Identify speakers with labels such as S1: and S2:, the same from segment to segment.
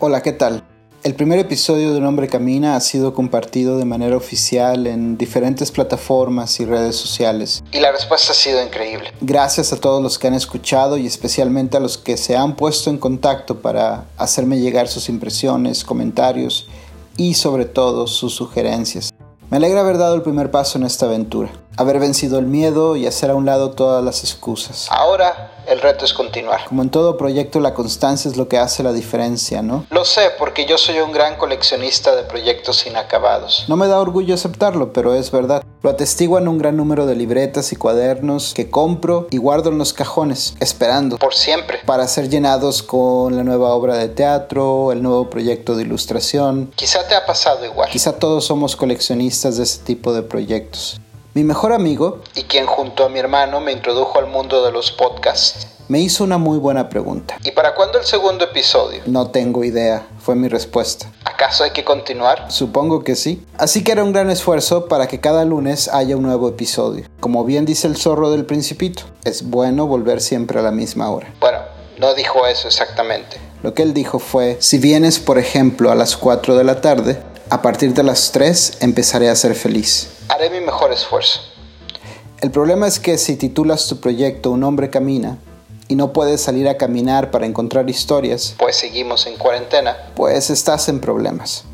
S1: Hola, ¿qué tal? El primer episodio de Un hombre camina ha sido compartido de manera oficial en diferentes plataformas y redes sociales.
S2: Y la respuesta ha sido increíble.
S1: Gracias a todos los que han escuchado y especialmente a los que se han puesto en contacto para hacerme llegar sus impresiones, comentarios y sobre todo sus sugerencias. Me alegra haber dado el primer paso en esta aventura, haber vencido el miedo y hacer a un lado todas las excusas.
S2: Ahora el reto es continuar.
S1: Como en todo proyecto, la constancia es lo que hace la diferencia, ¿no?
S2: Lo sé porque yo soy un gran coleccionista de proyectos inacabados.
S1: No me da orgullo aceptarlo, pero es verdad. Lo atestiguan un gran número de libretas y cuadernos que compro y guardo en los cajones, esperando
S2: Por siempre.
S1: para ser llenados con la nueva obra de teatro, el nuevo proyecto de ilustración.
S2: Quizá te ha pasado igual.
S1: Quizá todos somos coleccionistas de ese tipo de proyectos. Mi mejor amigo
S2: Y quien junto a mi hermano me introdujo al mundo de los podcasts.
S1: me hizo una muy buena pregunta.
S2: ¿Y para cuándo el segundo episodio?
S1: No tengo idea, fue mi respuesta.
S2: ¿Acaso hay que continuar?
S1: Supongo que sí. Así que era un gran esfuerzo para que cada lunes haya un nuevo episodio. Como bien dice el zorro del principito, es bueno volver siempre a la misma hora.
S2: Bueno, no dijo eso exactamente.
S1: Lo que él dijo fue, si vienes por ejemplo a las 4 de la tarde, a partir de las 3 empezaré a ser feliz.
S2: Haré mi mejor esfuerzo.
S1: El problema es que si titulas tu proyecto Un hombre camina y no puedes salir a caminar para encontrar historias,
S2: Pues seguimos en cuarentena.
S1: pues estás en problemas.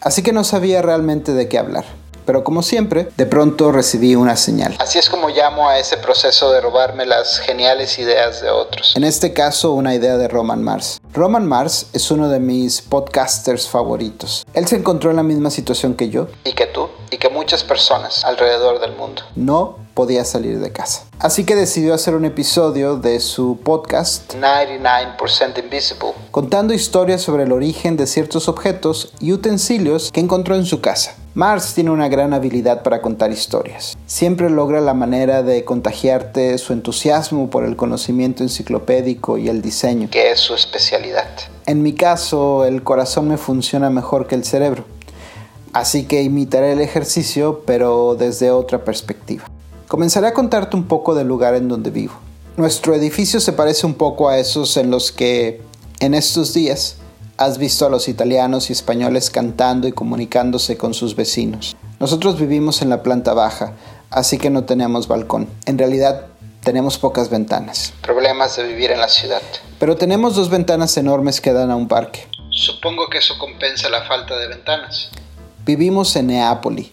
S1: Así que no sabía realmente de qué hablar. Pero como siempre, de pronto recibí una señal.
S2: Así es como llamo a ese proceso de robarme las geniales ideas de otros.
S1: En este caso, una idea de Roman Mars. Roman Mars es uno de mis podcasters favoritos. Él se encontró en la misma situación que yo.
S2: Y que tú, y que muchas personas alrededor del mundo.
S1: No podía salir de casa. Así que decidió hacer un episodio de su podcast
S2: 99% Invisible.
S1: contando historias sobre el origen de ciertos objetos y utensilios que encontró en su casa. Mars tiene una gran habilidad para contar historias. Siempre logra la manera de contagiarte su entusiasmo por el conocimiento enciclopédico y el diseño.
S2: que es su especialidad.
S1: En mi caso, el corazón me funciona mejor que el cerebro, así que imitaré el ejercicio, pero desde otra perspectiva. Comenzaré a contarte un poco del lugar en donde vivo. Nuestro edificio se parece un poco a esos en los que, en estos días, has visto a los italianos y españoles cantando y comunicándose con sus vecinos. Nosotros vivimos en la planta baja, así que no tenemos balcón. En realidad, tenemos pocas ventanas.
S2: Problemas de vivir en la ciudad.
S1: Pero tenemos dos ventanas enormes que dan a un parque.
S2: Supongo que eso compensa la falta de ventanas.
S1: Vivimos en Neápoli,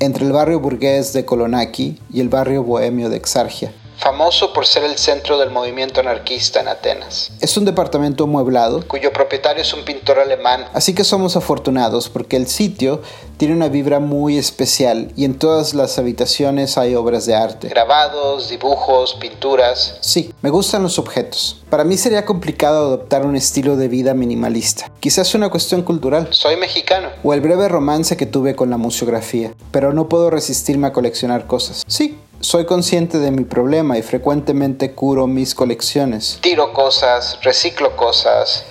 S1: entre el barrio burgués de Kolonaki y el barrio bohemio de Exargia.
S2: Famoso por ser el centro del movimiento anarquista en Atenas,
S1: Es un departamento amueblado,
S2: cuyo propietario es un pintor alemán.
S1: así que somos afortunados porque el sitio tiene una vibra muy especial y en todas las habitaciones hay obras de arte.
S2: Grabados, dibujos, pinturas.
S1: Sí, me gustan los objetos. Para mí sería complicado adoptar un estilo de vida minimalista. Quizás una cuestión cultural.
S2: Soy mexicano.
S1: o el breve romance que tuve con la museografía, pero no puedo resistirme a coleccionar cosas. Sí, soy consciente de mi problema y frecuentemente curo mis colecciones,
S2: Tiro cosas, reciclo cosas.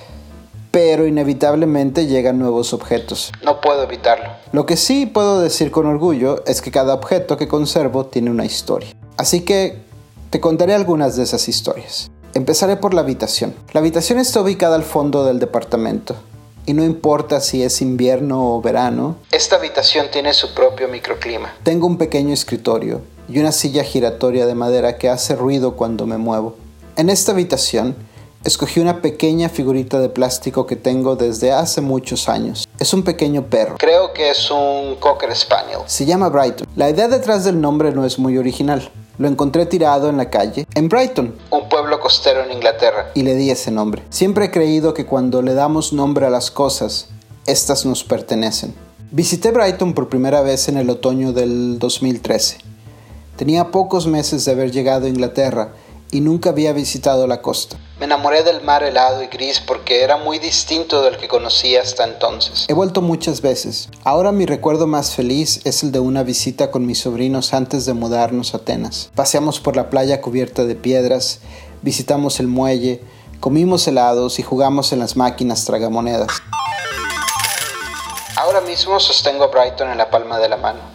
S1: pero inevitablemente llegan nuevos objetos.
S2: No puedo evitarlo.
S1: Lo que sí puedo decir con orgullo es que cada objeto que conservo tiene una historia. Así que te contaré algunas de esas historias. Empezaré por la habitación. La habitación está ubicada al fondo del departamento, y no importa si es invierno o verano,
S2: Esta habitación tiene su propio microclima.
S1: Tengo un pequeño escritorio y una silla giratoria de madera que hace ruido cuando me muevo. En esta habitación escogí una pequeña figurita de plástico que tengo desde hace muchos años. Es un pequeño perro.
S2: Creo que es un Cocker Spaniel.
S1: Se llama Brighton. La idea detrás del nombre no es muy original. Lo encontré tirado en la calle, en Brighton,
S2: Un pueblo costero en Inglaterra.
S1: y le di ese nombre. Siempre he creído que cuando le damos nombre a las cosas, éstas nos pertenecen. Visité Brighton por primera vez en el otoño del 2013. Tenía pocos meses de haber llegado a Inglaterra y nunca había visitado la costa.
S2: Me enamoré del mar helado y gris porque era muy distinto del que conocía hasta entonces.
S1: He vuelto muchas veces. Ahora mi recuerdo más feliz es el de una visita con mis sobrinos antes de mudarnos a Atenas. Paseamos por la playa cubierta de piedras, visitamos el muelle, comimos helados y jugamos en las máquinas tragamonedas.
S2: Ahora mismo sostengo a Brighton en la palma de la mano.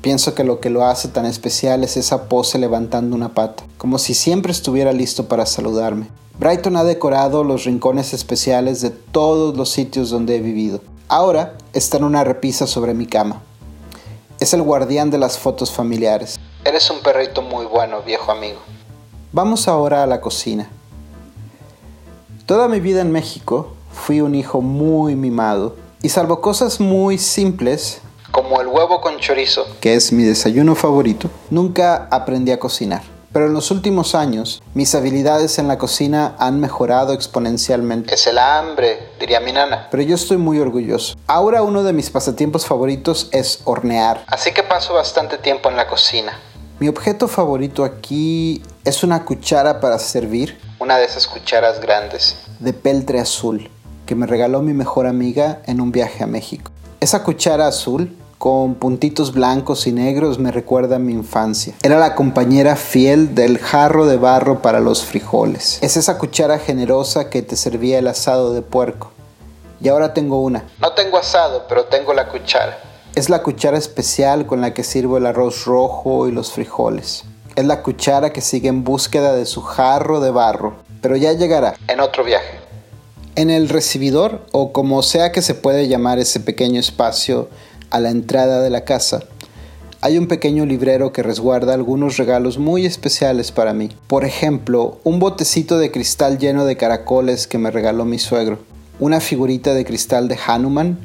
S1: Pienso que lo que lo hace tan especial es esa pose levantando una pata, como si siempre estuviera listo para saludarme. Brighton ha decorado los rincones especiales de todos los sitios donde he vivido. Ahora está en una repisa sobre mi cama. Es el guardián de las fotos familiares.
S2: Eres un perrito muy bueno, viejo amigo.
S1: Vamos ahora a la cocina. Toda mi vida en México fui un hijo muy mimado y salvo cosas muy simples,
S2: como el huevo con chorizo,
S1: que es mi desayuno favorito, nunca aprendí a cocinar. Pero en los últimos años, mis habilidades en la cocina han mejorado exponencialmente.
S2: es el hambre, diría mi nana.
S1: Pero yo estoy muy orgulloso. Ahora uno de mis pasatiempos favoritos es hornear.
S2: Así que paso bastante tiempo en la cocina.
S1: Mi objeto favorito aquí es una cuchara para servir
S2: Una de esas cucharas grandes.
S1: de peltre azul que me regaló mi mejor amiga en un viaje a México. Esa cuchara azul con puntitos blancos y negros me recuerda a mi infancia. Era la compañera fiel del jarro de barro para los frijoles. Es esa cuchara generosa que te servía el asado de puerco. Y ahora tengo una.
S2: No tengo asado, pero tengo la cuchara.
S1: Es la cuchara especial con la que sirvo el arroz rojo y los frijoles. Es la cuchara que sigue en búsqueda de su jarro de barro. Pero ya llegará.
S2: En otro viaje.
S1: En el recibidor, o como sea que se puede llamar ese pequeño espacio a la entrada de la casa, hay un pequeño librero que resguarda algunos regalos muy especiales para mí. Por ejemplo, un botecito de cristal lleno de caracoles que me regaló mi suegro, una figurita de cristal de Hanuman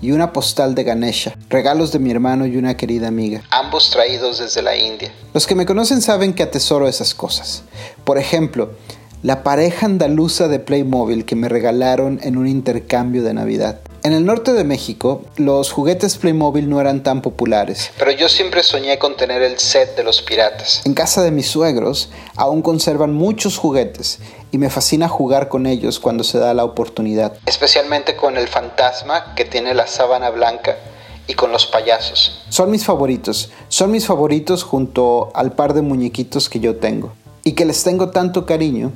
S1: y una postal de Ganesha, regalos de mi hermano y una querida amiga.
S2: Ambos traídos desde la India.
S1: Los que me conocen saben que atesoro esas cosas. Por ejemplo, la pareja andaluza de Playmobil que me regalaron en un intercambio de Navidad. En el norte de México, los juguetes Playmobil no eran tan populares.
S2: Pero yo siempre soñé con tener el set de los piratas.
S1: En casa de mis suegros aún conservan muchos juguetes y me fascina jugar con ellos cuando se da la oportunidad.
S2: Especialmente con el fantasma que tiene la sábana blanca y con los payasos.
S1: Son mis favoritos, son mis favoritos junto al par de muñequitos que yo tengo y que les tengo tanto cariño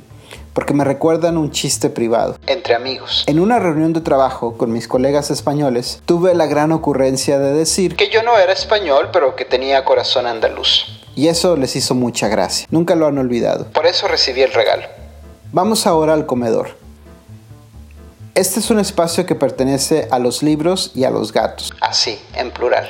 S1: porque me recuerdan un chiste privado.
S2: Entre amigos.
S1: En una reunión de trabajo con mis colegas españoles, tuve la gran ocurrencia de decir que,
S2: Que yo no era español, pero que tenía corazón andaluz.
S1: y eso les hizo mucha gracia. Nunca lo han olvidado.
S2: Por eso recibí el regalo.
S1: Vamos ahora al comedor. Este es un espacio que pertenece a los libros y a los gatos.
S2: Así, en plural.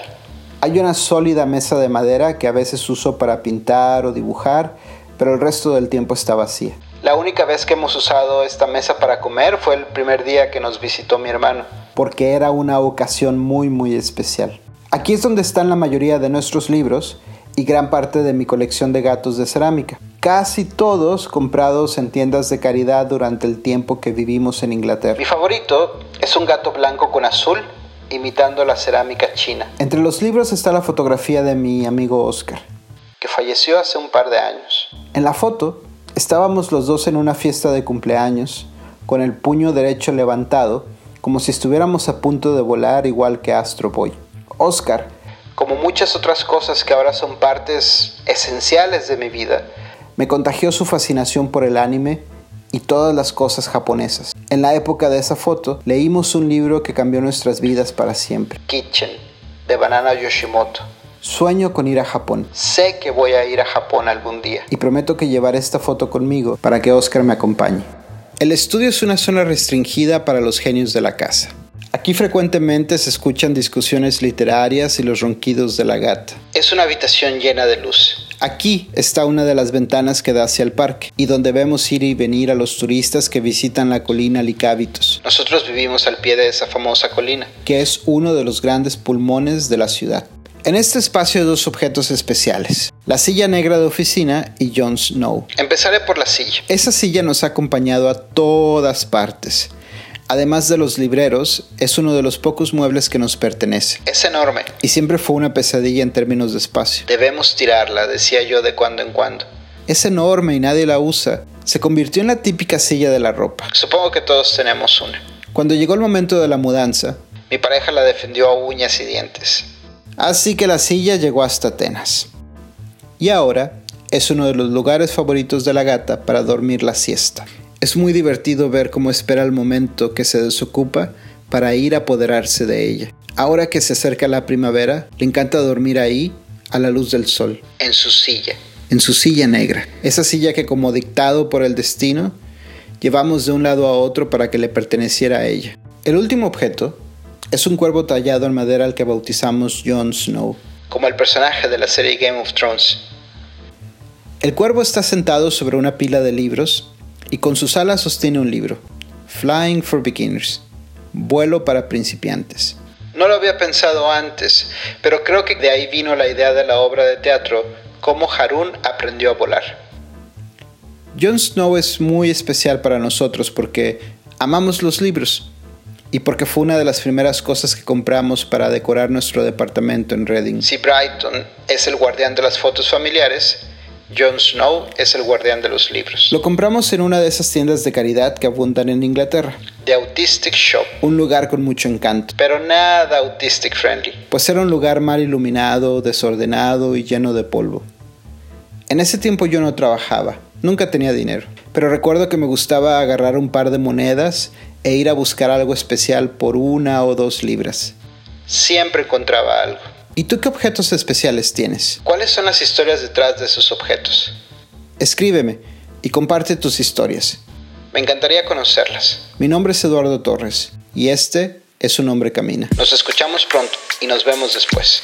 S1: Hay una sólida mesa de madera que a veces uso para pintar o dibujar, pero el resto del tiempo está vacía.
S2: La única vez que hemos usado esta mesa para comer fue el primer día que nos visitó mi hermano.
S1: porque era una ocasión muy muy especial. Aquí es donde están la mayoría de nuestros libros y gran parte de mi colección de gatos de cerámica, casi todos comprados en tiendas de caridad durante el tiempo que vivimos en Inglaterra.
S2: Mi favorito es un gato blanco con azul, imitando la cerámica china,
S1: Entre los libros está la fotografía de mi amigo Oscar.
S2: que falleció hace un par de años.
S1: En la foto estábamos los dos en una fiesta de cumpleaños, con el puño derecho levantado, como si estuviéramos a punto de volar igual que Astro Boy. Oscar
S2: Como muchas otras cosas que ahora son partes esenciales de mi vida,
S1: Me contagió su fascinación por el anime y todas las cosas japonesas. En la época de esa foto, leímos un libro que cambió nuestras vidas para siempre.
S2: Kitchen, de Banana Yoshimoto.
S1: Sueño con ir a Japón.
S2: Sé que voy a ir a Japón algún día.
S1: Y prometo que llevaré esta foto conmigo para que Oscar me acompañe. El estudio es una zona restringida para los genios de la casa. Aquí frecuentemente se escuchan discusiones literarias y los ronquidos de la gata.
S2: Es una habitación llena de luz.
S1: Aquí está una de las ventanas que da hacia el parque y donde vemos ir y venir a los turistas que visitan la colina Licábitos.
S2: Nosotros vivimos al pie de esa famosa colina.
S1: que es uno de los grandes pulmones de la ciudad. En este espacio hay dos objetos especiales, la silla negra de oficina y Jon Snow.
S2: Empezaré por la silla.
S1: Esa silla nos ha acompañado a todas partes. Además de los libreros, es uno de los pocos muebles que nos pertenece,
S2: Es enorme.
S1: y siempre fue una pesadilla en términos de espacio.
S2: Debemos tirarla, decía yo de cuando en cuando.
S1: Es enorme y nadie la usa. Se convirtió en la típica silla de la ropa.
S2: Supongo que todos tenemos una.
S1: Cuando llegó el momento de la mudanza,
S2: Mi pareja la defendió a uñas y dientes.
S1: Así que la silla llegó hasta Atenas. Y ahora es uno de los lugares favoritos de la gata para dormir la siesta. Es muy divertido ver cómo espera el momento que se desocupa para ir a apoderarse de ella. Ahora que se acerca la primavera, le encanta dormir ahí a la luz del sol,
S2: en su silla.
S1: en su silla negra, esa silla que como dictado por el destino llevamos de un lado a otro para que le perteneciera a ella. El último objeto es un cuervo tallado en madera al que bautizamos Jon Snow.
S2: como el personaje de la serie Game of Thrones.
S1: El cuervo está sentado sobre una pila de libros y con sus alas sostiene un libro, Flying for Beginners, vuelo para principiantes.
S2: No lo había pensado antes, pero creo que de ahí vino la idea de la obra de teatro, cómo Harun aprendió a volar.
S1: Jon Snow es muy especial para nosotros porque amamos los libros y porque fue una de las primeras cosas que compramos para decorar nuestro departamento en Reading.
S2: Si Brighton es el guardián de las fotos familiares, Jon Snow es el guardián de los libros.
S1: Lo compramos en una de esas tiendas de caridad que abundan en Inglaterra,
S2: The Autistic Shop,
S1: un lugar con mucho encanto,
S2: pero nada autistic friendly.
S1: pues era un lugar mal iluminado, desordenado y lleno de polvo. En ese tiempo yo no trabajaba, nunca tenía dinero, pero recuerdo que me gustaba agarrar un par de monedas e ir a buscar algo especial por una o dos libras.
S2: Siempre encontraba algo.
S1: ¿Y tú qué objetos especiales tienes?
S2: ¿Cuáles son las historias detrás de esos objetos?
S1: Escríbeme y comparte tus historias.
S2: Me encantaría conocerlas.
S1: Mi nombre es Eduardo Torres y este es Un Hombre Camina.
S2: Nos escuchamos pronto y nos vemos después.